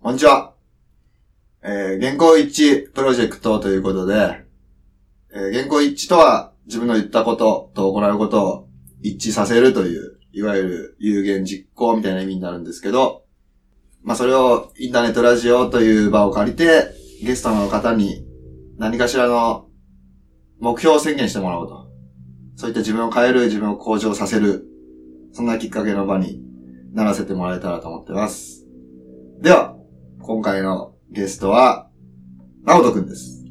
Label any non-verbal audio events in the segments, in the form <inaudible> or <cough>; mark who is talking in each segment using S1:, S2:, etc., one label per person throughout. S1: こんにちは。えー、原稿一致プロジェクトということで、えー、原稿一致とは自分の言ったことと行うことを一致させるという、いわゆる有言実行みたいな意味になるんですけど、まあそれをインターネットラジオという場を借りて、ゲストの方に何かしらの目標を宣言してもらおうと。そういった自分を変える、自分を向上させる、そんなきっかけの場にならせてもらえたらと思ってます。では、今回のゲストは、なおとくん
S2: <laughs>
S1: です。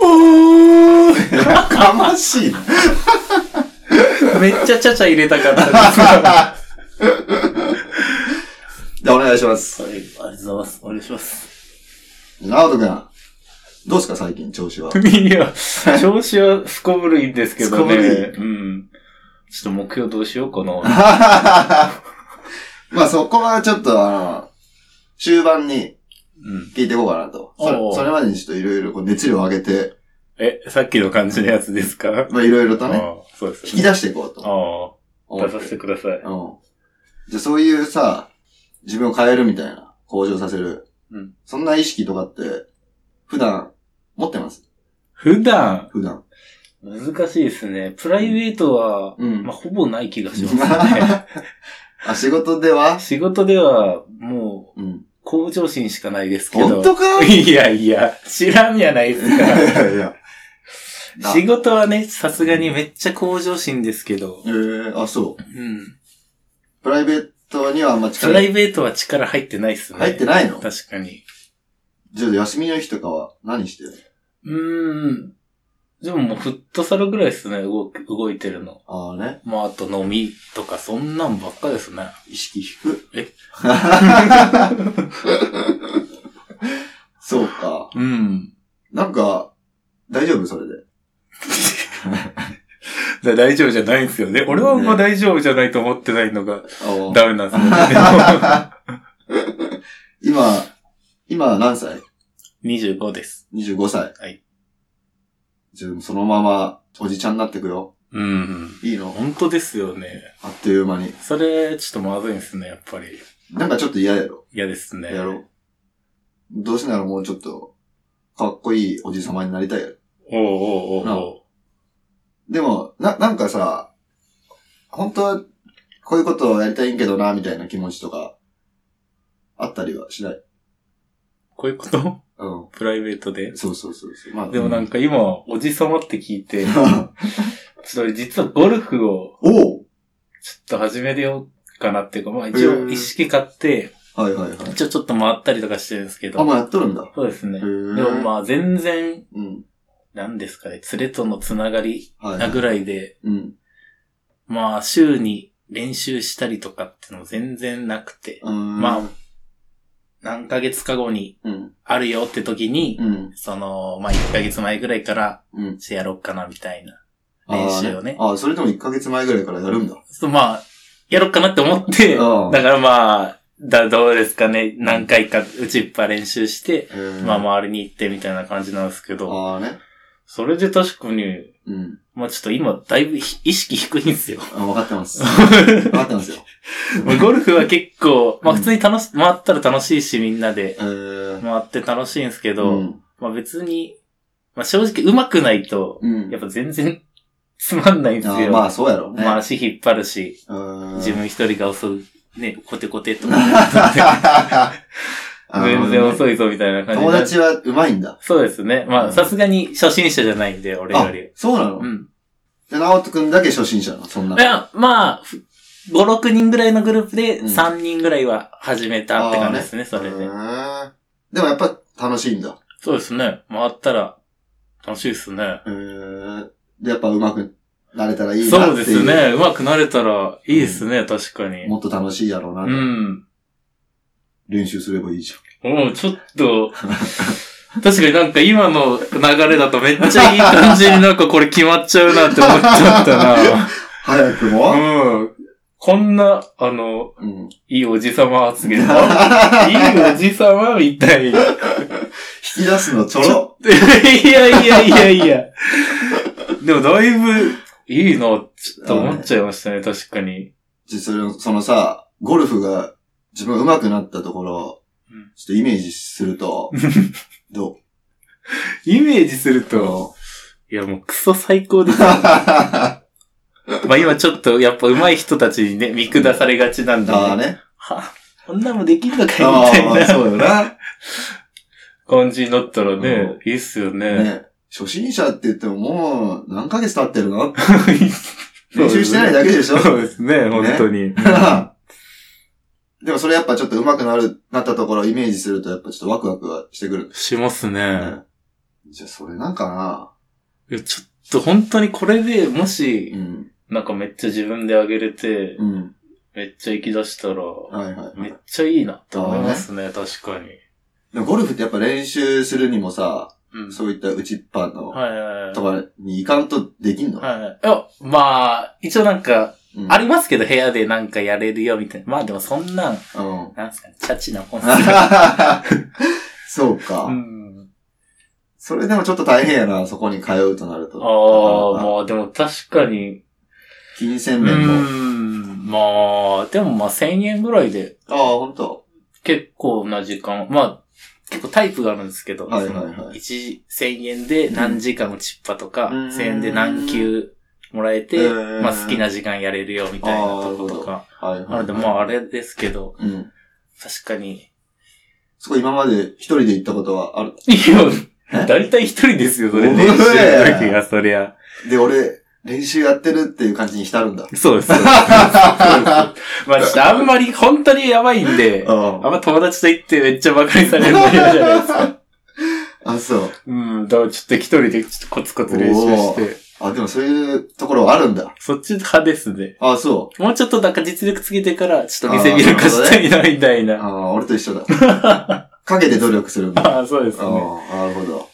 S3: おー
S1: やかまし
S2: <laughs>
S1: いな
S3: めっちゃちゃちゃ入れたかった
S1: じゃあお願いします。
S2: はい、ありがとうございます。お願いします。
S1: なおとくん、どうですか最近調
S2: <laughs>
S1: 子は。
S3: です。いや、調子はすこぶるいんですけどね。
S1: すこ
S3: うん。ちょっと目標どうしようかな。
S1: まあそこはちょっとあの、終盤に
S3: うん。
S1: 聞いていこうかなと。そ
S3: おう
S1: れそれまでにちょっといろいろこう熱量を上げて、
S3: え、さっきの感じのやつですか
S1: まあいろいろと
S3: あ
S1: ね、
S3: あ、そうです
S1: 引き
S3: よね。
S1: 出していこうと
S3: あ
S1: 思
S3: あ、
S1: っ
S3: 出させ
S1: て
S3: て。ください。
S1: うん。じゃあそういうさ、自分を変えるみたいな、向上させる。
S3: うん
S1: そんな意識とかって、普段、持ってます
S3: 普段、
S1: 普段。
S3: 難しいですね。プライベートは、
S1: うん。
S3: まあ、ほぼない気がしますね。
S1: <laughs> あ、仕事では
S3: <laughs> 仕事では、もう、
S1: うん。
S3: 向上心しかないですけど。
S1: 本当かい
S3: いやいや、知らんやないですか。
S1: やいや。な
S3: 仕事はね、さすがにめっちゃ向上心ですけど
S1: え、ー、あ、そう。
S3: うん。
S1: プライベートにはあんま
S3: プラ
S1: 力
S3: イベートは力入ってないっすね。
S1: 入ってないの
S3: 確かに。
S1: じゃあ休みの日とかは何してる
S3: うーん。でももうフットサルぐらいっすね、動く動いてるの。
S1: ああね。
S3: まあ、あと飲みとか、そんなんばっかですね。
S1: 意識低く。
S3: え
S1: <laughs> そうか。
S3: うん。
S1: なんか、大丈夫それで。
S3: だ大丈夫じゃないんですよね。俺はまあ大丈夫じゃないと思ってないのが
S1: あ
S3: ダメなんですよ <laughs>
S1: 今、今何歳
S3: ね。25です。
S1: ?25 歳。
S3: はい。
S1: じゃあそのままおじちゃんになってくよ。
S3: うん。
S1: いいの
S3: 本当ですよね。
S1: あっという間に。
S3: それ、ちょっとまずいんですね、やっぱり。
S1: なんかちょっと嫌やろ。
S3: 嫌ですね。
S1: やろ。どうせならもうちょっと、かっこいいおじさまになりたいやろ。
S3: おうおうおうおう。
S1: でも、な、なんかさ、本当は、こういうことをやりたいんけどな、みたいな気持ちとか、あったりはしない。
S3: こういうこと
S1: うん。
S3: プライベートで。
S1: そうそうそうそう。まあ、
S3: でもなんか今、おじさまって聞い
S1: <laughs>
S3: て、それ実はゴルフを
S1: おう
S3: ちょっと始めるようかなっていうか、まあ一
S1: へ
S3: 応
S1: ー
S3: 一式買って、
S1: はいはいはい。
S3: 一応ちょっと回ったりとかしてるんですけ
S1: あ、も
S3: ど、
S1: うやっとるんだ。
S3: そうですね
S1: へ。ー
S3: でもまあ全然、
S1: うん。
S3: なんですかね、連れとのつながり
S1: はい、
S3: なぐらいで、
S1: うん。
S3: まあ週に練習したりとかっての全然なくて、
S1: ま
S3: まあ、何ヶ月か後に
S1: うん。
S3: あるよって時に
S1: う、ん。
S3: その、まあ1ヶ月前ぐらいから
S1: うん。
S3: してやろうかなみたいな練習をね
S1: あーあー、それでも1ヶ月前ぐらいからやるんだ。
S3: そう、まあ、やろっかなって思って、
S1: うん
S3: だからまあ、だ、どうですかね、何回か打ちっぱ練習して、まあ
S1: あ。
S3: 周りに行ってみたいな感じなんですけど、
S1: ああね。
S3: それで確かに、
S1: うん。
S3: まあちょっと今、だいぶひ意識低いんですよ。
S1: あ、わかって
S3: <laughs>
S1: ます。わかってますよ。
S3: まあ <laughs> ゴルフは結構、まあ
S1: うん
S3: 普通に楽し、回ったら楽しいし、みんなで
S1: えー。
S3: 回って楽しいんですけど、
S1: うん。
S3: まあ別に、まあ正直上手くないと、
S1: うん。
S3: やっぱ全然つまんないんです
S1: あ
S3: よ。
S1: ーまあ、そうやろうね。
S3: まあ足引っ張るし、
S1: うん
S3: 自分一人が襲う、ね、コテコテとか、
S1: あ <laughs> ー
S3: 全然遅いぞみたいな感じ
S1: 友
S3: になる。
S1: 達は上手いんだ。
S3: そうですね。ま
S1: う
S3: あ、
S1: ん
S3: さすがに初心者じゃないんで、俺よ
S1: あ
S3: り。、
S1: そうなの
S3: うん。
S1: じゃあ、直人くんだけ初心者なのそんな。
S3: いや、まあ、ふ5、6人ぐらいのグループで、
S1: うん
S3: 3人ぐらいは始めたって感じですね、それ
S1: う
S3: で。
S1: ーんでもやっぱ楽しいんだ。
S3: そうですね。回ったら、楽しいですね。
S1: へーで、やっぱ上手くなれたらいいな
S3: そ
S1: っ
S3: う
S1: ていう。
S3: です。ね。うまくなれたら、いいですね、確かに。
S1: もっと楽しいやろうな
S3: う。ん。
S1: 練習すればいいじ
S3: おうちょっと、確かになんか今の流れだとめっちゃいい感じになんかこれ決まっちゃうなって思っちゃっ
S1: ゃん。早く
S3: た
S1: も
S3: な。うん。こんな、あの、
S1: うん。
S3: いいおじさま発 <laughs> 言。いいおじさまみたい。い
S1: 引き出すのちょろ。
S3: やいやいやいや。でもだいぶ、いいな、ちょっと思っちゃいましたね、確かに。
S1: 実際、そのさ、ゴルフが自分上手くなったところ、
S3: うん
S1: ちょっとイメージする <laughs> と、どう
S3: イメージする
S1: <laughs>
S3: と、いやもうクソ最高ですよ。
S1: あ
S3: まあ今ちょっとやっぱ上手い人たちにね、見下されがちなんで、
S1: あね。
S3: は、こんなもんできんのかいみ
S1: あ
S3: たい
S1: あ、
S3: な
S1: そうだ
S3: 感じになったらね、
S1: う
S3: いいっすよ
S1: な。
S3: ね。 <laughs>
S1: ね。初心者って言ってももう何ヶ月経ってるの
S3: そう
S1: 練習してないだけでしょ
S3: そうですね、本当
S1: <laughs>
S3: に。
S1: でもそれやっぱちょっと上手くなる、なったところをイメージするとやっぱちょっとワクワクはしてくる。
S3: しますね。
S1: じゃあそれなんか
S3: いやちょっと本当にこれでもし
S1: な、うん。
S3: なんかめっちゃ自分であげれて、
S1: うん。
S3: めっちゃ行き出したら、
S1: はいはい。
S3: めっちゃいいなって思いますね、確かに。
S1: でもゴルフってやっぱ練習するにもさ、
S3: うん。
S1: そういった打ちっぱの、
S3: はいはいはい
S1: とかに行かんとできんの、
S3: はい。いや、まあ、一応なんか、
S1: うん、
S3: ありますけど、部屋でなんかやれるよ、みたいな。まあでもそんなん、
S1: う
S3: <laughs>
S1: ん。
S3: なんすかね、チャチな本
S1: <laughs> そうか、
S3: うん。
S1: それでもちょっと大変やな、そこに通うとなると。
S3: ああ、
S1: う。
S3: まあでも確かに。
S1: 金銭
S3: う
S1: 面も。
S3: ん。まあ、でもまあ1000円ぐらいで
S1: ああ、ほんと。
S3: 結構な時間、まあ、結構タイプがあるんですけど、
S1: はいはいはい
S3: 一1000円で何時間のチッパとか、
S1: うん
S3: 1000円で何球もらえて、
S1: うん
S3: まあ好きな時間やれるよみたいなとことか。
S1: はいはい。
S3: なのでまああれですけど、
S1: うん。
S3: 確かに。
S1: そこ今まで一人で行ったことはある。
S3: いや、だいたい一人ですよ、それ
S1: おい
S3: 練習の <laughs> 時が、そりゃ。
S1: で、俺、練習やってるっていう感じに浸るんだ。
S3: そう <laughs> です。そうですまあちょっとあんまり本当にやばいんで、
S1: あ
S3: あんま友達と行ってめっちゃ馬鹿にされるの嫌じゃないです <laughs> か。
S1: あ、そう。
S3: うん、だからちょっと一人でちょっとコツコツ練習して。
S1: あ、でもそういうところはあるんだ。
S3: そっち派ですね。
S1: あそ。
S3: もうちょっとなんか実力つけてから、ちょっと見せびらかしたいな、みたいう
S1: あ
S3: な。
S1: あ、俺と一緒だ。
S3: <laughs>
S1: かけて努力するんだ。あ
S3: ああ、 <laughs> そうです
S1: あ、
S3: ね。
S1: なるほど。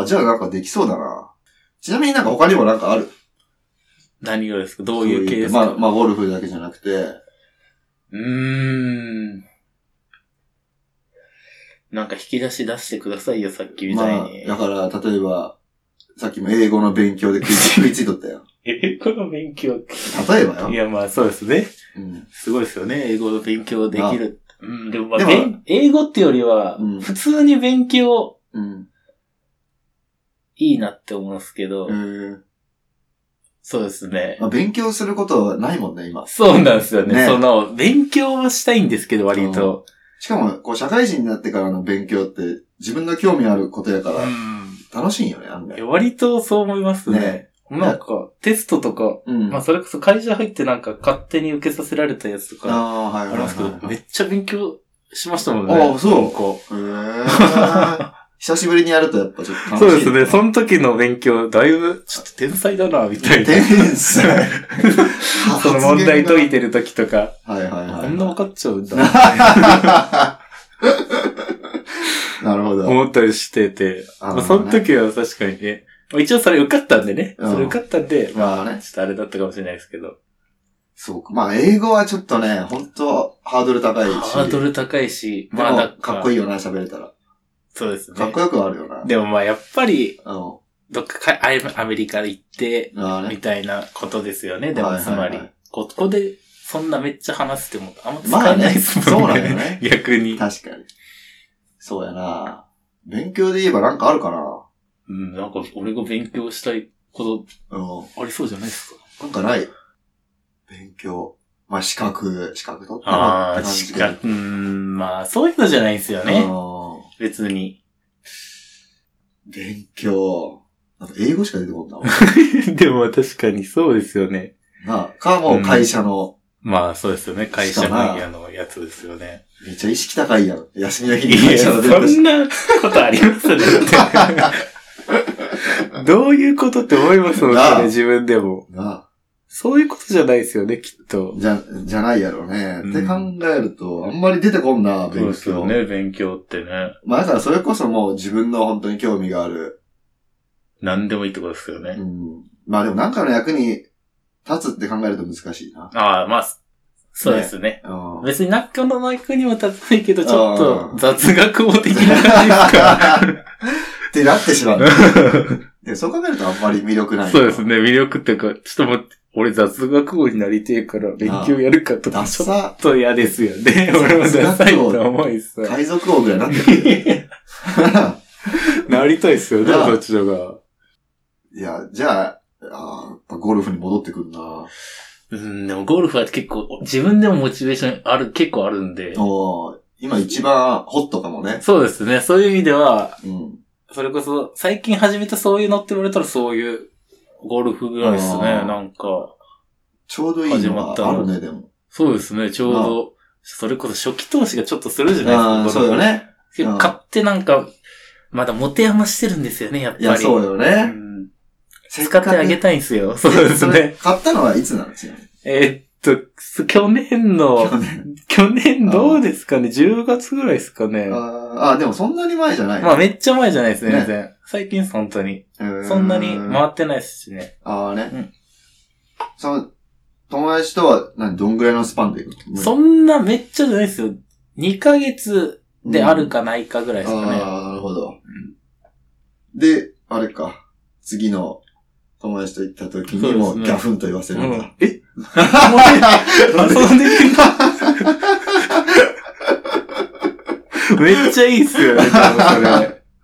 S1: あ、じゃあなんかできそうだな。ちなみになんか他にもなんかある。
S3: 何がですかどういう系です
S1: ま
S3: か
S1: あ、まあ、ゴルフだけじゃなくて。
S3: うーん。なんか引き出し出してくださいよ、さっきみた
S1: ま
S3: いに。
S1: あ、だから、例えば、さっきも英語の勉強で食い食いついとったよ。
S3: 英語の勉強。
S1: 例えば
S3: い
S1: よ。
S3: や、まあそうですね。
S1: うん。
S3: すごいですよね。英語の勉強できる。うん、でもまあ、
S1: でも
S3: べん英語ってよりは
S1: うん、
S3: 普通に勉強
S1: うん。
S3: いいなって思うんですけど、
S1: えー
S3: そうですね。
S1: まあ、勉強することはないもんね、今。
S3: そうなんですよね。
S1: ね
S3: その、勉強はしたいんですけど、割と。
S1: しかも、こう、社会人になってからの勉強って、自分の興味あることやか
S3: う
S1: ら、
S3: ん
S1: 楽しいよね、案
S3: いや
S1: 外。
S3: 割とそう思いますね。
S1: ね
S3: なんか、テストとか、
S1: うん。
S3: まあそれこそ会社入ってなんか勝手に受けさせられたやつとか、
S1: ああ、はい
S3: あ
S1: はい
S3: り
S1: は
S3: ますけ
S1: い
S3: ど、
S1: はい。
S3: め
S1: へ
S3: っちゃ勉強しましたもんね。
S1: ああそう
S3: う。
S1: えー。 <laughs> 久しぶりにやるとやっぱちょっと楽
S3: そ
S1: し
S3: うで
S1: い。
S3: すね。その時の勉強、だいぶ、ちょっと天才だな、みたいな。
S1: 天才。
S3: <laughs> その問題解いてる時とか、
S1: はいはい
S3: こ
S1: はい。
S3: んな分かっちゃうんだ。
S1: <laughs> なるほど。
S3: <laughs> 思ったりしてて。
S1: あー
S3: まあ、その時は確かにね。まあ一応それ受かったんでね。
S1: うん
S3: それ受かったんで、ま
S1: まあ
S3: あ、
S1: ね
S3: ちょっとあれだったかもしれないですけど。
S1: そうか。まあ、英語はちょっとね、本当ハードル高いし。
S3: ハードル高いし、
S1: でも
S3: まあ、なん
S1: かっこい
S3: い。
S1: いよな、喋れたら。
S3: そうですね。
S1: かっこよくはあるよな。
S3: でもまあ、やっぱり、
S1: うん。
S3: どっかか、アイアメリカ行って、
S1: ああね
S3: み。たいなことですよね。でも、
S1: はいは
S3: つ
S1: いは
S3: ま
S1: い
S3: り、ここで、そんなめっちゃ話しても、あんま
S1: ま
S3: 使
S1: あ
S3: えない
S1: ね、
S3: です
S1: そう
S3: もん
S1: なん
S3: ね。
S1: よね。
S3: 逆に。
S1: 確かに。そうやな勉強で言えばなんかあるかな
S3: うん、なんか、俺が勉強したい
S1: う
S3: こ
S1: ん。
S3: と、ありそうじゃないですか。
S1: なんかない。勉強。まあ、資格、資格取った
S3: あ
S1: ら
S3: あ
S1: って
S3: ー、
S1: 感
S3: し
S1: じ
S3: か、うーん、まあ、そういうのじゃないですよ
S1: ね。
S3: ね。
S1: うん
S3: 別に。
S1: 勉強。なんか英語しか出てこんな。
S3: <laughs>
S1: <laughs>
S3: でも確かにそうですよね。
S1: なあ、か、もう会社の、
S3: まあそうですよね。会社分野のやつですよね。
S1: めっちゃ意識高いやん。休みの日
S3: い
S1: に
S3: や、
S1: 会社の出た
S3: そんなことありますね。 <laughs> どういうことって思いますもん
S1: なあ
S3: ね、自分でも。
S1: <laughs> なあ、
S3: そういうことじゃないですよね、きっと。
S1: じゃ、じゃないやろうね。
S3: うん
S1: って考えると、あんまり出てこんな、勉強。
S3: ね、勉強ってね。
S1: まあだからそれこそもう自分の本当に興味がある。
S3: 何でもいいってことですよ
S1: う
S3: ね。
S1: ん。まあでもなんかの役に立つって考えると難しいな。
S3: ああ、まあ、そうですね。
S1: うん。
S3: 別に中のマイクにも立たないけど、ちょっ
S1: あ
S3: と
S1: ー
S3: 雑学王的な感じで
S1: <laughs> ってなってしまう。
S3: <laughs> すか。
S1: でそう考えるとあんまり魅力ない。
S3: そうです。ね、魅力っていうか、ちょっともう、俺雑学王になりてえから勉強やるかと
S1: ダ
S3: か、
S1: ッ
S3: ちょっ
S1: サ、
S3: と嫌ですよね。俺もダサいと思いさ。
S1: 海賊王ぐらいになってくる。
S3: なりたいっすよね、
S1: なあ
S3: そっちのが。
S1: <laughs> いや、じゃあ、あーやっぱゴルフに戻ってくるな
S2: うん、でもゴルフは結構、自分でもモチベーションある、結構あるんで。
S1: おー今一番ホットかもね。
S3: そうですね。そういう意味では、
S1: うん。
S3: それこそ、最近始めたそういうのって言われたらそういう、ゴルフぐらいですね。
S1: あー
S3: なんか、
S1: ちょうどいいのがあるね、でも。
S3: そうですね、ちょうど、それこそ初期投資がちょっとするじゃない
S1: あ
S3: で
S1: あ、
S3: すか。
S1: そうよ。ね。
S3: 結
S1: う
S3: 構
S1: ん
S3: 買ってなんか、まだ持て余してるんですよね、やっぱ
S1: い
S3: り。
S1: や、そうよ
S3: う
S1: ね。
S3: ん使ってあげたいんですよ。そう
S1: え
S3: です
S1: それ
S3: ね。
S1: 買ったのはいつなんですよ。
S3: えーっと、す去年の、
S1: 去年
S3: 去年どうですかね ?10 月ぐらいですかね。
S1: <laughs> あーあ、でもそんなに前じゃない。
S3: まあめっちゃ前じゃないですね、
S1: ね
S3: 全然。最近です、本当に。そ
S1: そ
S3: んなに回ってないですしね。
S1: ああね。
S3: うん
S1: その、友達とは、何、どんぐらいのスパンで行く
S3: そんなめっちゃじゃないですよ。2ヶ月
S1: うん
S3: であるかないかぐらいですかね。
S1: ああ、なるほど。で、あれか。次の友達と行った時にも
S3: そう
S1: う
S3: で
S1: ギ
S3: すね
S1: ャフンと言わせるんだ。
S3: うんえ <laughs> 遊んでくんのめっちゃいいっすよね、多分それ。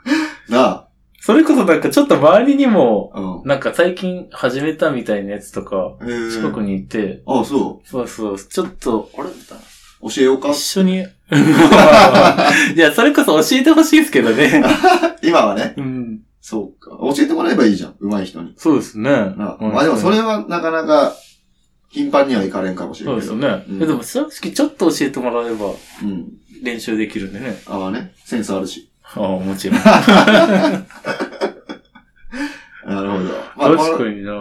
S1: <laughs> な
S3: それこそなんかちょっと周りにも、
S1: あ。うん。
S3: なんか最近始めたみたいなやつとか、
S1: えー
S3: 近くにいて、
S1: ああ、そ
S3: そうそう、ちょっと、あれみたいな
S1: う。教えようか
S3: 一。緒
S1: <laughs>
S3: に、いや、それこそ教えてほしいですけどね。
S1: <laughs> 今はね。
S3: うん。
S1: そうか。教えてもらえばいいじゃん。上手い人に。
S3: そうですね。
S1: なあ。
S3: うん
S1: まあでもそれはなかなか、頻繁には行かれんかもしれ
S3: そ
S1: ん
S3: う
S1: けど。
S3: ですよね。
S1: うん
S3: いやでも正直ちょっと教えてもらえば
S1: うん。
S3: 練習できるんでね。
S1: ああね。センスあるし。
S3: ああ、もちろん。
S1: なるほど。まあ、
S3: 確
S1: こ
S3: か
S1: の
S3: にな。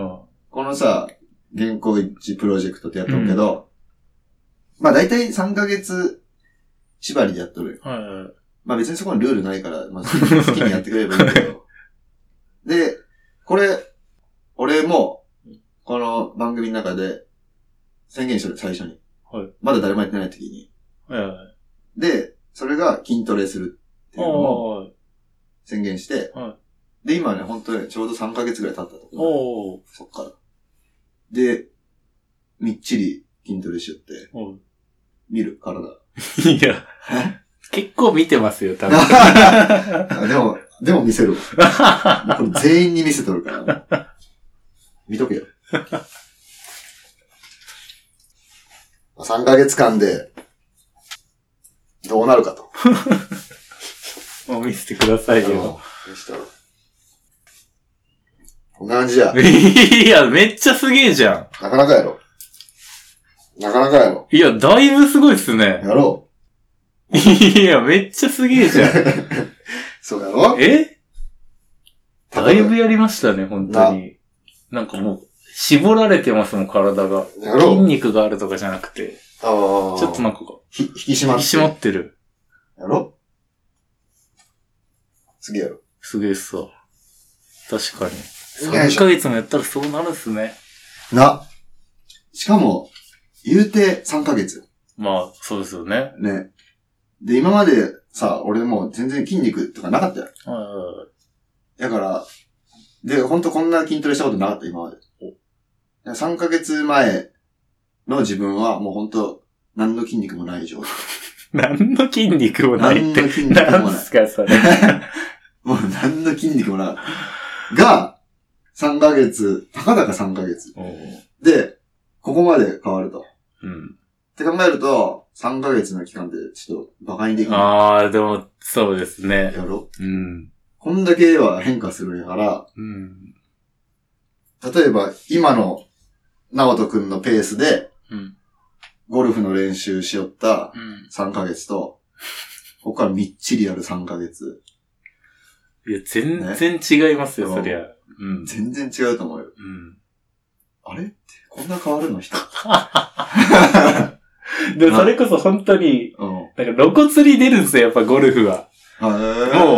S1: このさ、原稿一致プロジェクトってやっとるけど、まあ大体3ヶ月縛りでやっとるよ。
S3: は
S1: まあ別にそこにルールないから、まあ好き好きにやってくれればいい
S3: <laughs>
S1: けど。で、これ、俺も、この番組の中で宣言してる、最初に。
S3: はい
S1: まだ誰もやってない時に。
S3: い。はいはい。
S1: で、それが筋トレするって
S3: あ
S1: いう
S3: あ
S1: のを宣言して、
S3: は
S1: で、今ね、本当にちょうど3ヶ月ぐらい経ったところ。
S3: おー
S1: そっから。で、みっちり筋トレしよって、
S3: お
S1: <laughs>
S3: ー
S1: 見る、体。
S3: いや、結構見てますよ、多
S1: <laughs>
S3: 分。
S1: あでも、でも見せるわ。
S3: <laughs>
S1: もうこれ全員に見せとるから。見とけよ。3ヶ月間で、どうなるかと。
S3: もう見せてくださいよ。
S1: 見せたらこんな感じじゃ。
S3: いや、めっちゃすげえじゃ
S1: なかなかやろ。なかなかやろ。
S3: ん。いや、だいぶすごいっすね。
S1: やろ
S3: いや、めっちゃすげえじゃん。
S1: <laughs> う。そうやろ
S3: えだいぶやりましたね、本当に。なんかもう、絞られてますもん、体が。
S1: やろ
S3: 筋
S1: う。
S3: 肉があるとかじゃなくて、
S1: あー
S3: ちょっとなんか、
S1: ひ引き締ま
S3: 引
S1: っ
S3: き
S1: て。
S3: 締まってる。
S1: やろ次やろ。
S3: すげえっすわ。確かに。
S1: いやいや
S3: 3ヶ月もやったらそうなるっすね。
S1: な。しかも、言うて3ヶ月。
S3: まあ、そうですよね。
S1: ね。で、今までさ、俺もう全然筋肉とかなかったよ。
S3: は
S1: だから、で、ほんとこんな筋トレしたことなかった、今まで。3ヶ月前の自分はもうほんと、何の筋肉もない状態。
S3: いはいはい何の筋肉も <laughs> ない
S1: 何
S3: っ
S1: の
S3: て。
S1: 筋肉も
S3: 何
S1: ない
S3: <laughs> す。か、それ。
S1: もう何の筋肉もなかった。が、3ヶ月、たかだか3ヶ月。で、ここまで変わると。
S3: う
S1: っ
S3: ん。
S1: て考えると、3ヶ月の期間でちょっと馬鹿にできな
S3: ああ、でも、そうです
S1: い。
S3: ね。
S1: やろ
S3: うん。
S1: こんだけは変化するんやから、
S3: うん。
S1: 例えば今の直人くんのペースで、
S3: うん。
S1: ゴルフの練習しよった
S3: うん。
S1: 3ヶ月と、ここからみっちりやる3ヶ月。
S3: いや、全然違いますよ、
S1: ね
S3: そりゃ。うん。
S1: 全然違うと思うよ。
S3: うん。
S1: あれって、こんな変わるの
S3: <laughs>
S1: 人。
S3: で、
S1: な
S3: それこそ本当に、
S1: うん。
S3: なんか露骨に出るんですよ、やっぱゴルフは。も
S1: も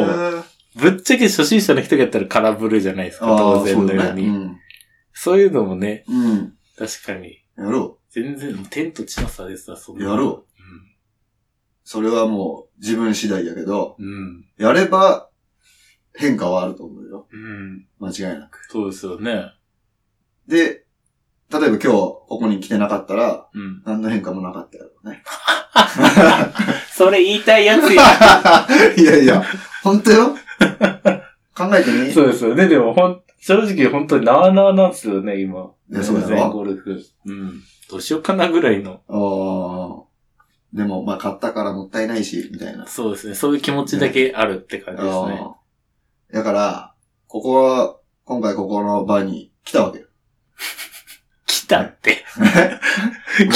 S1: う、
S3: ぶっちゃけ初心者の人がやったら空振るじゃないですか、
S1: あ
S3: 当
S1: あ、そ
S3: 然
S1: う
S3: のよ
S1: だ
S3: う
S1: ね。
S3: に。そう
S1: うん
S3: いうのもね、
S1: うん。
S3: 確かに。
S1: やろ
S3: 全然、天と地の差ですわ、そん
S1: う。
S3: な
S1: やろう。それはもう自分次第やけど、
S3: う。うん。
S1: やれば変化はあると思うよ。
S3: うん。うん。
S1: 間違いなく。
S3: そうですよね。
S1: で、例えば今日ここに来てなかったら、
S4: うん。
S1: 何の変化もなかったやろうね。
S3: それ言いたいやつ
S1: <laughs>
S3: や。
S1: いやいや、本当よ考えてみ
S4: そうですよね。でも、ほん、正直本当になあなあなんですよね、今。
S1: いやそうだろ
S4: 全ゴルフ。うん。どうしようかなぐらいの。
S1: ああ。でも、まあ、買ったからもったいないし、みたいな。
S3: そうですね。そういう気持ちだけあるって感じですね。
S1: あーだから、ここは、今回ここの場に来たわけよ。 <laughs>
S3: 来たって。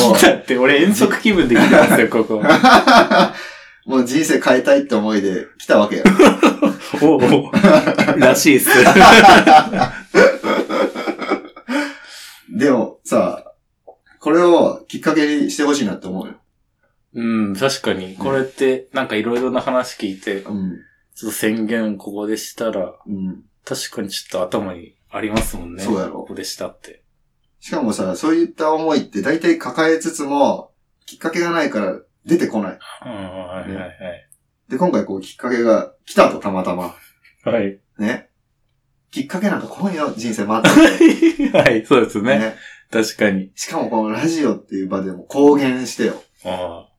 S1: もう
S3: 来たって。俺遠足気分で来たんですよ、ここ。
S1: もう人生変えたいって思いで来たわけよ。
S3: <laughs> おお。らしいっす。
S1: でも、さ、これをきっかけにしてほしいなって思うよ。
S3: <laughs> うん、確かに。これって、なんかいろいろな話聞いて、
S1: うん。
S3: ちょっと宣言ここでしたら、
S1: うん。
S3: 確かにちょっと頭にありますもんね。
S1: そうやろ
S3: ここでしたって。
S1: しかもさ、そういった思いって大体抱えつつも、きっかけがないから出てこない。
S3: うん、はいはいはい。
S1: で、今回こうきっかけが来たと、たまたま。
S3: はい。
S1: ね。きっかけなんか来いよ、人生待って。
S3: <laughs> はい、そうですね。確かに。
S1: しかもこのラジオっていう場でも公言してよ。っ
S3: あ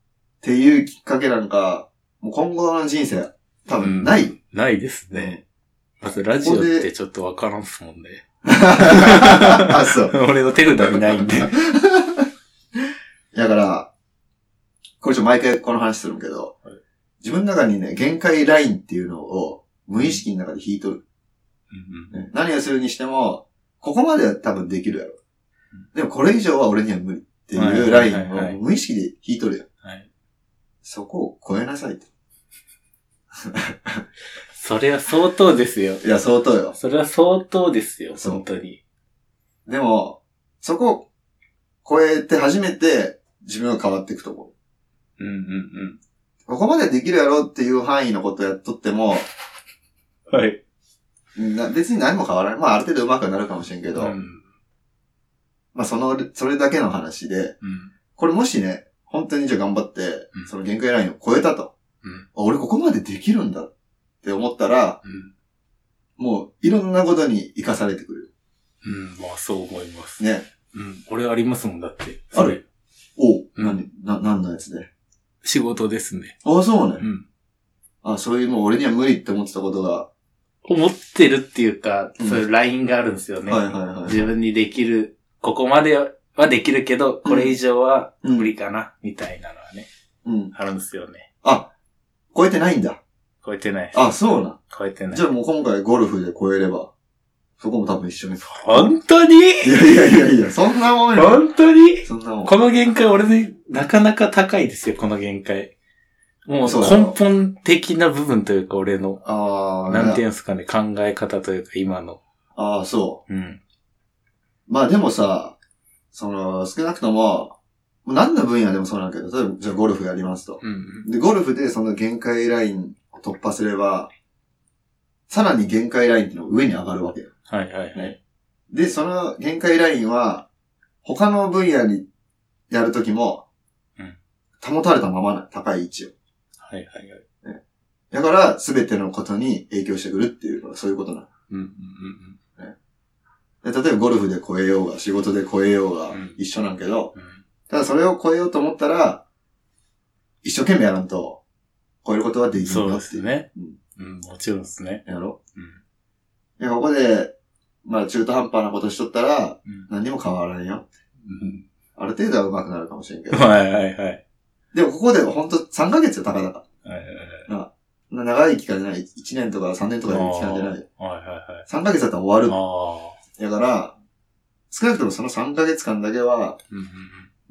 S1: ていうきっかけなんか、もう今後の人生、多分ない。
S3: あ、ないですね。まずラジオってちょっとわからんっすもん <laughs> ね。
S1: <laughs> あ、 <laughs> そう。
S3: 俺の手札にないんで。
S1: だから、これちょ、毎回この話するんけど、自分の中にね、限界ラインっていうのを無意識の中で引いとる。ね何をするにしても、ここまでは多分できるやろ。でもこれ以上は俺には無理っていうライン
S3: はいはいはいはい
S1: を無意識で引いとるやん。
S3: はい
S1: そこを超えなさいと。
S3: それは相当ですよ。
S1: いや、相当よ。
S3: それは相当ですよ、
S1: そう
S3: 本当に。
S1: でも、そこを超えて初めて自分は変わっていくと思う。
S3: うんうん
S1: ここまでできるやろっていう範囲のことやっとっても、
S3: うん。はい。
S1: な別に何も変わらない。まあ、ある程度上手くはなるかもしれんけ
S3: う
S1: ど、
S3: ん。うん。
S1: まあ、その、それだけの話で、これもしね、本当にじゃあ頑張って、
S3: うん
S1: その限界ラインを超えたと。
S3: うん
S1: あ俺ここまでできるんだって思ったら、
S3: うん。
S1: もういろんなことに活かされてく
S3: うん。まあそう思います。
S1: る。ね。
S3: うん。俺ありますもんだって。
S1: ある
S3: それ
S1: おう、
S3: うん
S1: 何、な、何のやつで。
S3: 仕事ですね。
S1: ああ、そうね。
S3: うん。
S1: あそういうもう俺には無理って思ってたことが、
S3: 思ってるっていうか、
S1: うん
S3: そういうラインがあるんですよね。
S1: はいはいはい
S3: 自分にできる、ここまではできるけど、これ以上は
S1: うん
S3: 無理かな、みたいなのはね、
S1: うん。
S3: あるんですよね。
S1: あ、超えてないんだ。
S3: 超えてないです。
S1: あ、そうな。
S3: 超えてない
S1: じ。ゃあもう今回ゴルフで超えれば、そこも多分一緒
S3: <laughs>
S1: に。
S3: 本当に
S1: いやいやいやいや、そんなもんよ。
S3: 本当に
S1: そんなもん。
S3: この限界、俺ね、なかなか高いですよ、この限界。もう
S1: そうだろ
S3: 根本的な部分というか、俺の、
S1: ああ、
S3: なんていうんですかね、考え方というか、今の。
S1: ああ、そう。
S3: うん。
S1: まあでもさ、その、少なくとも、何の分野でもそうなんだけど、例えば、じゃあゴルフやりますと。
S3: うん。
S1: で、ゴルフでその限界ラインを突破すれば、さらに限界ラインっていうのが上に上がるわけよ。
S3: はいはいはい。
S1: で、その限界ラインは、他の分野にやるときも
S3: うん、
S1: 保たれたままな、高い位置を。
S3: はいはいはい。
S1: だから、すべてのことに影響してくるっていうのはそういうことな
S3: うんうん
S1: の。で例えばゴルフで超えようが、仕事で超えようが
S3: うん、
S1: 一緒なんけど、
S3: うんうん。
S1: ただそれを超えようと思ったら、一生懸命やらんと、超えることはできん
S3: そう
S1: よっ
S3: で
S1: てい
S3: す
S1: う。
S3: ね
S1: うん。
S3: うん、もちろんですね。
S1: やろ
S3: うん。
S1: でここで、まあ中途半端なことしとったら、
S3: う
S1: 何にも変わらんよ。
S3: ん。
S1: ある程度は上手くなるかもしれんけ
S3: うん
S1: ど。
S3: はいはいはい。
S1: でもここでほんと3ヶ月よ、たかだか。
S3: はいはいはい
S1: な長い期間じゃない。1年とか3年とかいう期間じゃない。
S3: あーはいはいはい。
S1: 3ヶ月だったら終わ
S3: ああ。
S1: る。だから、少なくともその3ヶ月間だけは、
S3: うんうん
S1: も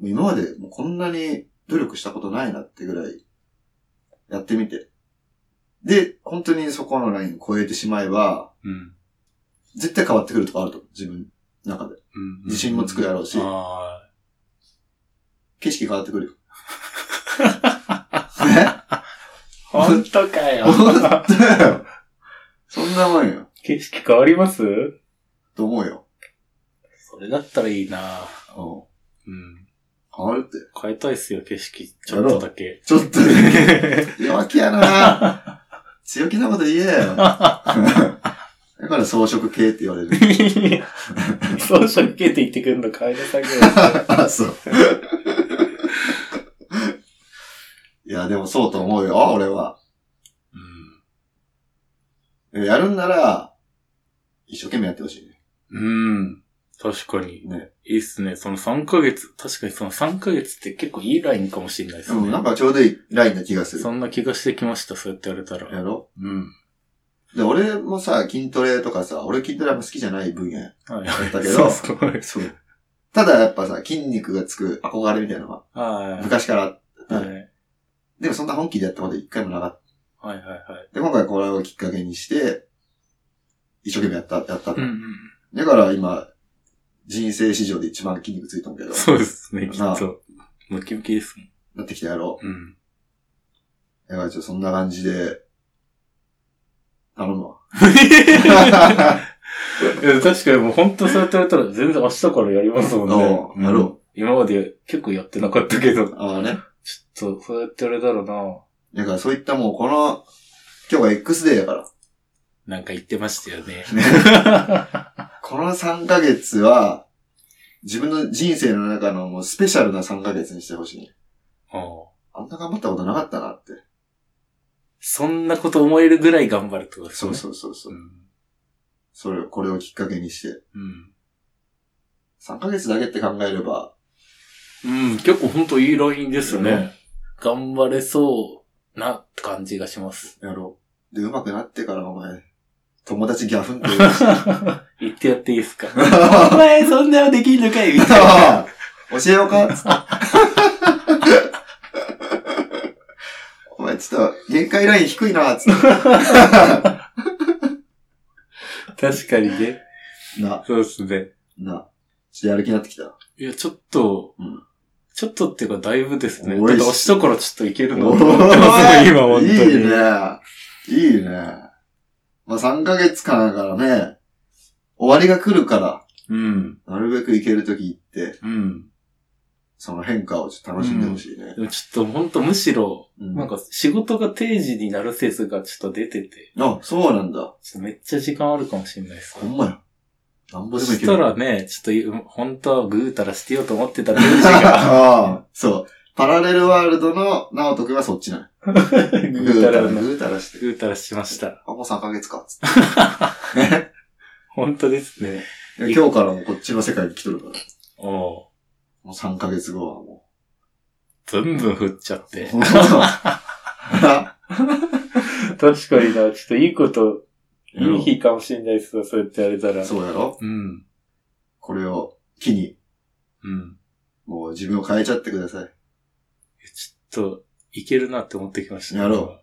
S1: う今までもうこんなに努力したことないなってぐらい、やってみて。で、本当にそこのラインを超えてしまえば、
S3: うん。うん
S1: 絶対変わってくるとこあると思う。自分の中で。
S3: うん。
S1: 自信もつくやろうし、
S3: あ
S1: 景色変わって <laughs> くるよ。
S3: あ。本当か <laughs> よ。
S1: 本当だよ。そんなもんよ。
S3: 景色変わります
S1: と思うよ。
S3: それだったらいいな
S1: うん
S3: うん。
S1: 変わるって。
S3: 変えたいっすよ、景色。ちょっとだけ。
S1: ちょっとね、
S2: <laughs>
S1: <laughs> <laughs> 弱気やな強気なこと言えよ。だかから装飾系って言われる。
S2: 装飾系って言ってくるの、帰りさんぐ
S1: あ、そう。いや、でもそうと思うよ、俺は。やるんなら、一生懸命やってほしいね。
S3: うん。うん。確かに。
S1: ね。
S2: いいっすね。その3ヶ月。確かにその3ヶ月って結構いいラインかもしれないです
S1: うん、
S2: ね。
S1: なんかちょうどいいラインな気がする
S2: そ。んな気がしてきました、そうやって言われた
S1: や
S2: ら。
S1: ろ
S2: うん。
S1: で、俺もさ、筋トレとかさ、俺筋トレあんま好きじゃない分野
S2: はい。
S1: だけ
S2: <laughs>
S3: そう
S1: ど、
S3: すごい。
S1: そう。ただやっぱさ、筋肉がつく憧れみたいなのは、
S2: はい。
S1: 昔から、
S2: はい。
S1: でもそんな本気でやったこと一回もなかっ
S2: はいはいはい。
S1: た。で、今回これをきっかけにして、一生懸命やった、やったの。
S3: うん
S1: だから今、人生史上で一番筋肉ついたんだけ
S3: う
S1: ど
S3: ん。、そうですね、きっ
S1: なあ
S3: と。ムキムキですもん。
S1: なってきたやろ
S3: うん。
S1: う。だからちょっとそんな感じで、頼む <laughs> わ。
S2: いや確かにもう本当そうやって言われたら全然明日からやりますもんね。
S1: うんやろ
S2: う。今まで結構やってなかったけど。ちょっ
S1: ああね。
S2: と、そうやって言われたらな。
S1: だからそういったもうこの、今日が X デーやから。
S3: なんか言ってましたよね。
S1: <laughs> この3ヶ月は、自分の人生の中のもうスペシャルな3ヶ月にしてほしい。
S3: ああ
S1: あんな頑張ったことなかったなって。
S3: そんなこと思えるぐらい頑張るってことです
S1: そ
S3: ね。
S1: うそうそうそうう。
S3: ん。
S1: それを、これをきっかけにして。
S3: うん。
S1: 3ヶ月だけって考えれば、
S3: うん、結構ほんといいラインですよね。
S2: 頑張れそうな感じがします。
S1: やろう。で、上手くなってからお前、友達ギャフンって言うし
S2: 言ってやっていい <laughs> ですかお前そんなのできんのかいみたいな。
S1: 教えようかつってお前ちょっと、限界ライン低いな、つっ
S3: 確かにね。
S1: て。な、
S3: そうですね。
S1: な。ちょっとやる気になって
S3: <laughs>
S1: きた。
S3: いや、ちょっと、
S1: うん
S3: ちょっとっていうかだいぶですね。だっ
S1: お
S3: て
S1: い
S3: 明日からちょっといけるのと思ってますね、今本当に。
S1: いいね。いいね。まあ、3ヶ月間だからね、終わりが来るから、
S3: うん。
S1: なるべく行けるとき行って、
S3: うん。
S1: その変化をちょっと楽しんでほしいね。
S3: でもちょっとほんとむしろ、
S1: うん
S3: なんか仕事が定時になる説がちょっと出てて、
S1: あ、そうなんだ。
S3: ちょっとめっちゃ時間あるかもしれないです
S1: ほんまや。なんぼ
S3: そ
S1: でもい
S3: し
S1: ける。
S3: たらね、ちょっと、本当はぐうたらしてようと思ってた定時
S2: <laughs>
S1: <laughs>
S3: が、
S1: ああ、そう。パラレルワールドの直人くんはそっちな
S3: ぐ
S1: の。
S3: うたら
S1: ぐ
S3: の、
S1: ーたらして。
S3: ぐうたらしました。
S1: あ、もう3ヶ月か。つっ <laughs>
S3: 本当ですね。
S1: て今日からもうこっちの世界に来とるから。
S3: おう
S1: もう3ヶ月後はも
S3: ブンブン振っちゃって。
S1: <laughs> う。
S2: 確かにな、ちょっといいこと、いい
S1: い
S2: 日かもしれないですわ、そうやって言われたら。
S1: そうやろ
S3: うん。
S1: これを機に、
S3: うん。
S1: もう自分を変えちゃってください。
S3: ちょっと、いけるなって思ってきました。
S1: やろ
S3: う。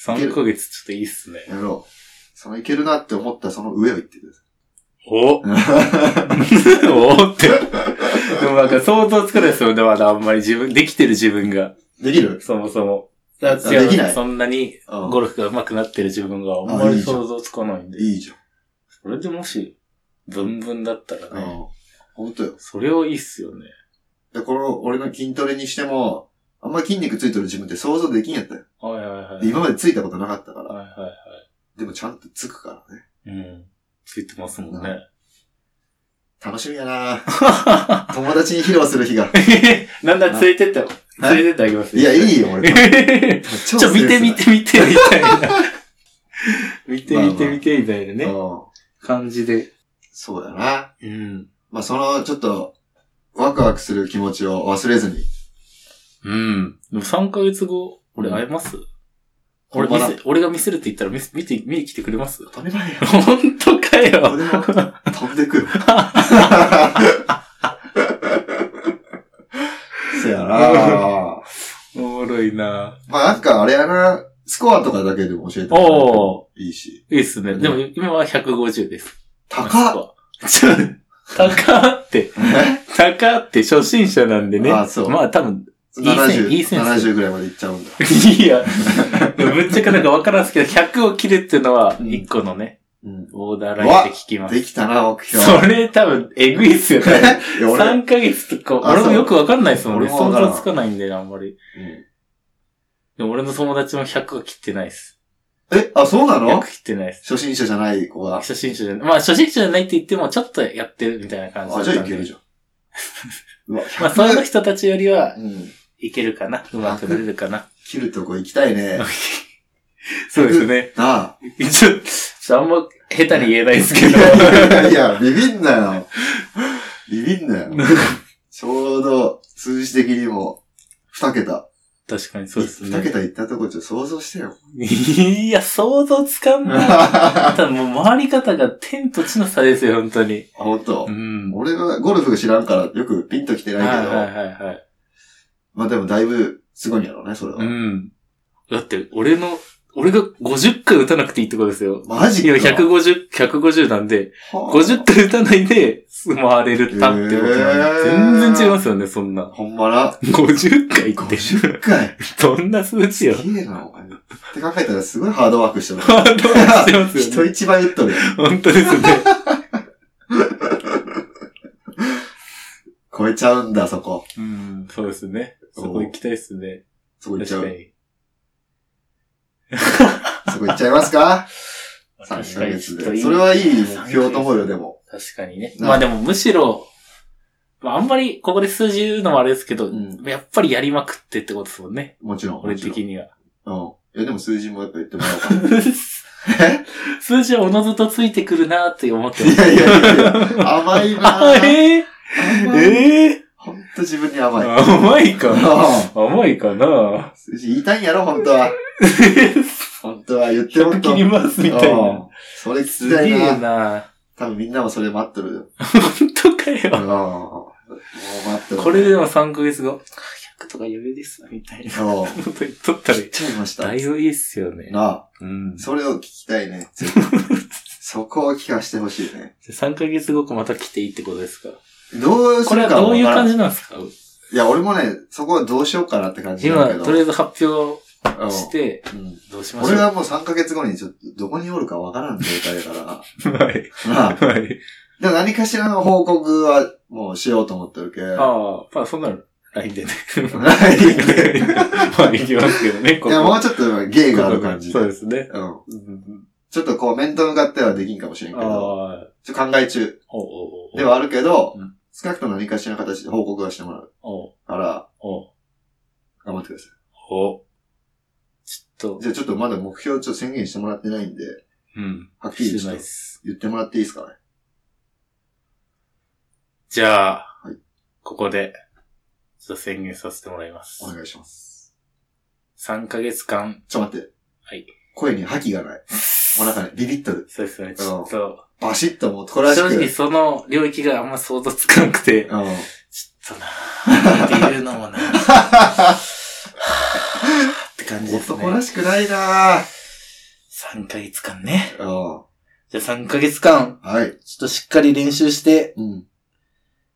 S3: 3ヶ月ちょっといいっすね。
S1: やろう。そのいけるなって思ったその上を行ってくださ
S3: <laughs> おおーって。でもなんか想像つかないですよね、まだあんまり自分、できてる自分が。
S1: い。 <laughs> できる
S3: そもそも。
S1: だからできない
S3: そんなに
S1: うん
S3: ゴルフが上手くなってる自分があんま
S1: あい
S3: り
S1: いじゃん
S3: 想像つかないんで。
S1: いいじ
S3: それでもし、ブンブンだったら
S1: ゃん。
S3: ね、
S1: うん。ほんとよ。
S3: それはいいっすよね。
S1: で、この俺の筋トレにしても、あんま筋肉ついてる自分って想像できんやったよ。
S3: はいはいはい。
S1: で今までついたことなかったから。
S3: はいはいは
S1: でもちゃんとつくからね。
S3: い。うん。ついてますもんね。
S1: 楽しみやな <laughs> 友達に披露する日
S3: <laughs>
S1: が。
S3: なんだ、連れてったよ。
S1: はい
S3: 連れてってあげます
S1: いや、い
S3: <laughs>
S1: いよ、俺。
S3: い。
S1: ち
S3: <laughs> ちょ、見て見。て見て、みたいな。 <laughs> 見て見て見て、みたいな
S1: ね
S3: ね。。感じで。
S1: そうだな。
S3: うん。
S1: まあ、その、ちょっと、ワクワクする気持ちを忘れずに。
S3: うん。でも3ヶ月後、俺会えます俺
S1: 本
S3: 見
S1: 場な
S3: せ、俺が見せるって言ったら見せ、見て、見に来てくれます
S1: 当たり前や。
S3: 本当かよ。
S1: 俺も飛んで
S3: <laughs>
S1: くよ。そやな
S3: おもろいな
S1: まあ、なんかあれやな。スコアとかだけでも教えてもらえると
S3: おお
S1: いいし。
S3: いいっすね。でも今は150です。
S1: 高っ
S3: ちょ、高って、
S1: <laughs>
S3: 高って初心者なんでね。
S1: あそう
S3: まあ多分、いい線
S1: !70、
S3: いい線
S1: 70ぐらいまでいっちゃうんだ。
S3: い <laughs> や、でもぶっちゃけなんかわからんすけど、100を切るっていうのは、
S1: うん
S3: 一個のね、
S1: うん。
S3: オーダーラインで聞きます。
S1: できたな、目標。
S3: それ多分、えぐいっすよね。
S1: い <laughs> や、俺、
S3: 3ヶ月とか、
S1: あ
S3: 俺もよくわかんないですもんね。
S1: そう俺
S3: 想
S1: もわからん
S3: 像つかないんでね、あんまり。
S1: うん
S3: でも俺の友達も100は切ってないです。
S1: え、あ、そうな
S3: よ
S1: の
S3: く切ってないです。
S1: 初心者じゃない子が。
S3: 初心者じゃない。まあ初心者じゃないって言っても、ちょっとやってるみたいな感じだ
S1: あ、
S3: っ
S1: じ
S3: た
S1: ゃ
S3: ん
S1: あ
S3: で。
S1: いけるじゃ
S3: <laughs>
S1: ん。うわ、100
S3: まあそういう人たちよりは、
S1: うん。
S3: いけるかな。うまくなれるかな。
S1: 切るとこ行きたい
S3: <laughs>
S1: ね。
S3: そうですね。
S1: なあ。
S3: ちょちょ、あんま下手に言えないですけ
S1: い
S3: ど。
S1: <laughs> やいや、ビビんなよ。ビビんなよ。ちょうど、数字的にも、二桁。
S3: 確かにそうです
S1: 二
S3: ね。
S1: 桁行ったとこちょっと想像してよ。
S3: いや、想像つかんな。 <laughs>
S1: あ、
S3: ただもう回り方が天と地の差ですよ、本当に。
S1: ほんと
S3: う。ん。
S1: 俺はゴルフ知らんからよくピンと来て
S3: はい
S1: ないけど、
S3: はいはいはい。
S1: まあでもだいぶすごいんやろうね、それは。
S3: うん。だって、俺の、俺が50回打たなくていいってことですよ。
S1: マジ
S3: い
S1: か。
S3: や、150、150なんで、
S1: はあ
S3: 50回打たないで、回れるたってことなんで、
S1: へー
S3: 全然違いますよね、そんな。
S1: ほんまな。
S3: 50回って、
S1: 50回。
S3: どんな数値よ。 <laughs>
S1: すげえな、お前。って考えたらすごいハードワークしてる。
S3: ハ <laughs> ードワークしてますよね
S1: 人一倍打っとるよ。
S3: 本当ですね。
S1: 超えちゃうんだ、そこ。
S3: うん、そうですね。そこ行きたいですね。
S1: そこ行っ
S3: 確
S1: ちゃ
S3: か
S1: う。
S3: に。
S1: そこ行っちゃいますか ?3 ヶ月で。それはいい目標と思うよ、で
S3: も。
S1: も。
S3: 確かにね。
S1: な
S3: まあでもむしろ、まああんまりここで数字言うのもあれですけど、
S1: うん
S3: やっぱりやりまくってってことですもんね。
S1: もちろん。
S3: 俺
S1: もちろん
S3: 的には。
S1: うん。いや、でも数字もやっぱ言ってもらおうかな。
S3: 数字はおのずとついてくるなって思ってま
S1: い
S3: す。
S1: やいやいやいや、甘いな
S3: あ、
S1: ぁ。
S3: えー、
S1: え
S3: え
S1: ほんと自分に甘い。
S3: ー、甘いかな
S1: うん
S3: 甘いかな
S1: 数字言いたいんやろ、本当は。本当は言っても
S3: 100
S1: っ
S3: 切
S1: と。
S3: りますみたい
S1: うん
S3: な。。
S1: それ聞
S3: す
S1: き
S3: げ
S1: たい
S3: え
S1: な。
S3: な
S1: 多分みんなもそれ待っとるよ。
S3: 本当か
S1: うん。
S3: よ。
S1: もう待っとる。
S3: これでも3ヶ月後、100とか余裕ですわみたいな
S1: そう。
S3: こと言っとったら、
S1: ちゃいました。
S3: だいぶいいっすよね。
S1: なあ。
S3: うん。
S1: それを聞きたいね。 <laughs> ぜひそこを聞かしてほしいね。
S3: 3ヶ月後また来ていいってことですか
S1: どうす
S3: これ
S1: る
S3: は
S1: か
S3: ど
S1: も
S3: う
S1: わ
S3: いう
S1: から
S3: 感
S1: ん。
S3: じなんですか
S1: いや、俺もね、そこはどうしようかなって感じなん
S3: 今
S1: だけ、ど。
S3: とりあえず発表
S1: うん
S3: して、
S1: うん
S3: どうしましょう
S1: 俺はもう3ヶ月後にちょっとどこにおるかわからん状態だか
S3: はい。
S1: ら。なあ。
S3: はい。
S1: でも何かしらの報告はもうしようと思ってるけ。 <laughs>
S3: ああ、まあそんなの、LINE でね。
S1: LINE で
S3: まあ行きますけど <laughs> ね、ここ。
S1: いや、もうちょっと芸がある感じ。
S3: そうですね。
S1: うん。ちょっとこう、面と向かってはできんかもしれんけ
S3: ああ
S1: ど、、ちょっと考え中
S3: おうおうおう
S1: ではあるけど、
S3: うん
S1: 少なくとも何かしらの形で報告はしてもらう
S3: おう
S1: から、
S3: おう
S1: 頑張ってくださ
S3: おうちょっ
S1: い。
S3: と、
S1: じゃあちょっとまだ目標ちょっと宣言してもらってないんで、
S3: うん。
S1: はっきり
S3: し
S1: ち
S3: て
S1: ょ
S3: な
S1: っ
S3: い
S1: と
S3: です。
S1: 言ってもらっていいですかね。
S3: じゃあ
S1: はい、
S3: ここで、ちょっと宣言させてもらいます
S1: お。願いします。
S3: 3ヶ月間、
S1: ちょっと待って。
S3: はい。
S1: 声に覇気がない。お腹ね、ビビっとる。
S3: そうですね、ちょっと、
S1: バシッともう、こらし
S3: 正
S1: く。
S3: 直その領域があんま想像つかなくて、
S1: うん。
S3: ちょっとなぁ、っていうの
S1: <laughs>
S3: もなぁ、って感じですね。
S1: 男らしくないなぁ。
S3: 3ヶ月間ね。
S1: うん。
S3: じゃあ3ヶ月間、
S1: はい。
S3: ちょっとしっかり練習して、
S1: うん。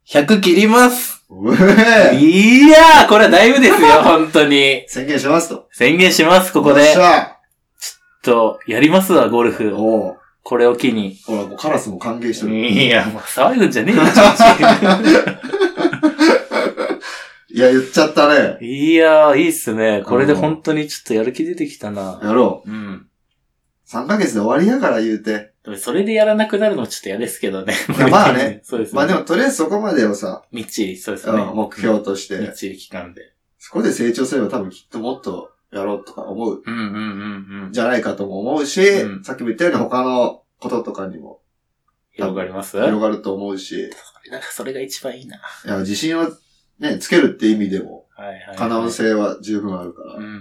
S3: 100切ります
S1: うえ
S3: いやー、これはだいぶで
S1: <laughs>
S3: すよ、本当に。
S1: 宣言しますと。
S3: 宣言します、ここ
S1: よっ
S3: で
S1: し。ゃ
S3: と、やりますわ、ゴルフ。
S1: おう
S3: これを機に。
S1: ほら、もうカラスも歓迎してる。
S3: いや、もう <laughs> 騒ぐんじゃねえよ、ち
S1: いや、言っちゃったね。
S3: ちいやー、いいっすね。これで本当にちょっとやる気出てきたな
S1: やろ
S3: うん。
S1: う。3ヶ月で終わりやから言うて。
S3: でもそれでやらなくなるのはちょっと嫌ですけどね。
S1: いや <laughs> まあね。
S3: <laughs> そうですね。
S1: まあでも、とりあえずそこまでをさ、
S3: みっちり、そうです
S1: う
S3: ね
S1: ん。目標とし、
S3: うん。みってちり期間で。
S1: そこで成長すれば多分きっともっとやろうとか思う
S3: うんうんうんうん。
S1: んじゃないかとも思うし、
S3: うん
S1: さっきも言ったように他のこととかにも
S3: 広がります
S1: 広がると思うし、
S3: なんかそれが一番いいな。
S1: いや、自信をね、つけるって意味でも、
S3: はいはいはい。
S1: 可能。性は十分あるから、
S3: うんうん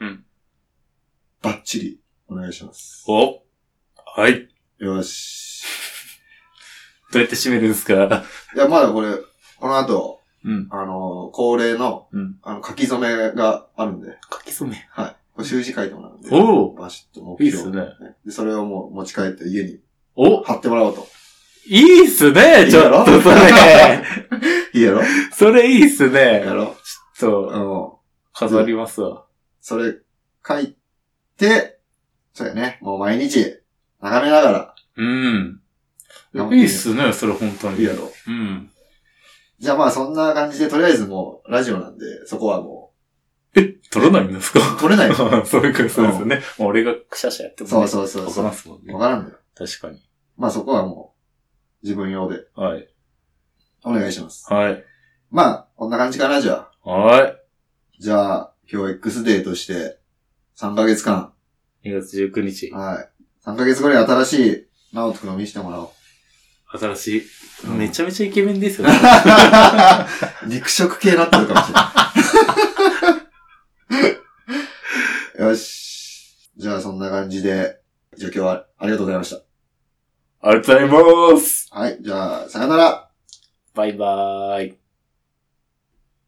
S3: うんうん。
S1: バッチリお願いします。
S3: おはい。
S1: よし。
S3: どうやって締めるんですか
S1: いや、まだこれ、この後、
S3: うん。
S1: あの、恒例の、
S3: うん
S1: あの、書き初めがあるんで、
S3: 書き染め。
S1: はい。これ習字書いてもらうんで、
S3: おう
S1: バシッと目標
S3: いいっすね。
S1: で、それをもう持ち帰って家に
S3: お
S1: 貼ってもらおうと。
S3: いいっすねちょっとそ
S1: <laughs>
S3: れ。
S1: いいやろ
S3: それいいっすね
S1: や。ろ
S3: ちょっと、
S1: うん。
S3: 飾りますわ。
S1: それ書いて、そうやね、もう毎日眺めなが
S3: うん。
S1: ら。
S3: いいっすね、それ本当
S1: いい
S3: に
S1: や。ろ。
S3: うん。
S1: じゃあまあそんな感じで、とりあえずもうラジオなんで、そこはも
S3: 取らないんですか <laughs>
S1: 取れないよ。
S3: そういうことそうですよね。もう俺が
S2: くしゃしゃやってもね
S1: そうそうそうそう。わ
S3: わからんすもんね。
S1: からんのよ。
S3: 確かに。
S1: まあそこはもう、自分用で
S3: はい。
S1: お願いします。
S3: はい。
S1: まあ、こんな感じかな、じゃあ。
S3: は
S1: じゃあ、今日 X デーとして、3ヶ月間。
S3: い。2月19日。
S1: はい。3ヶ月後に新しい、直人くんを見せてもらおう。
S3: 新しい。
S1: うん
S3: めちゃめちゃイケメンで
S1: <laughs>
S3: すよね。
S1: 肉食系になってるかもしれない。よし。じゃあそんな感じで、じゃあ今日はありがとうございまし
S3: ありがとうございます
S1: た。はい。じゃあ、さよなら。
S2: バイバーイ。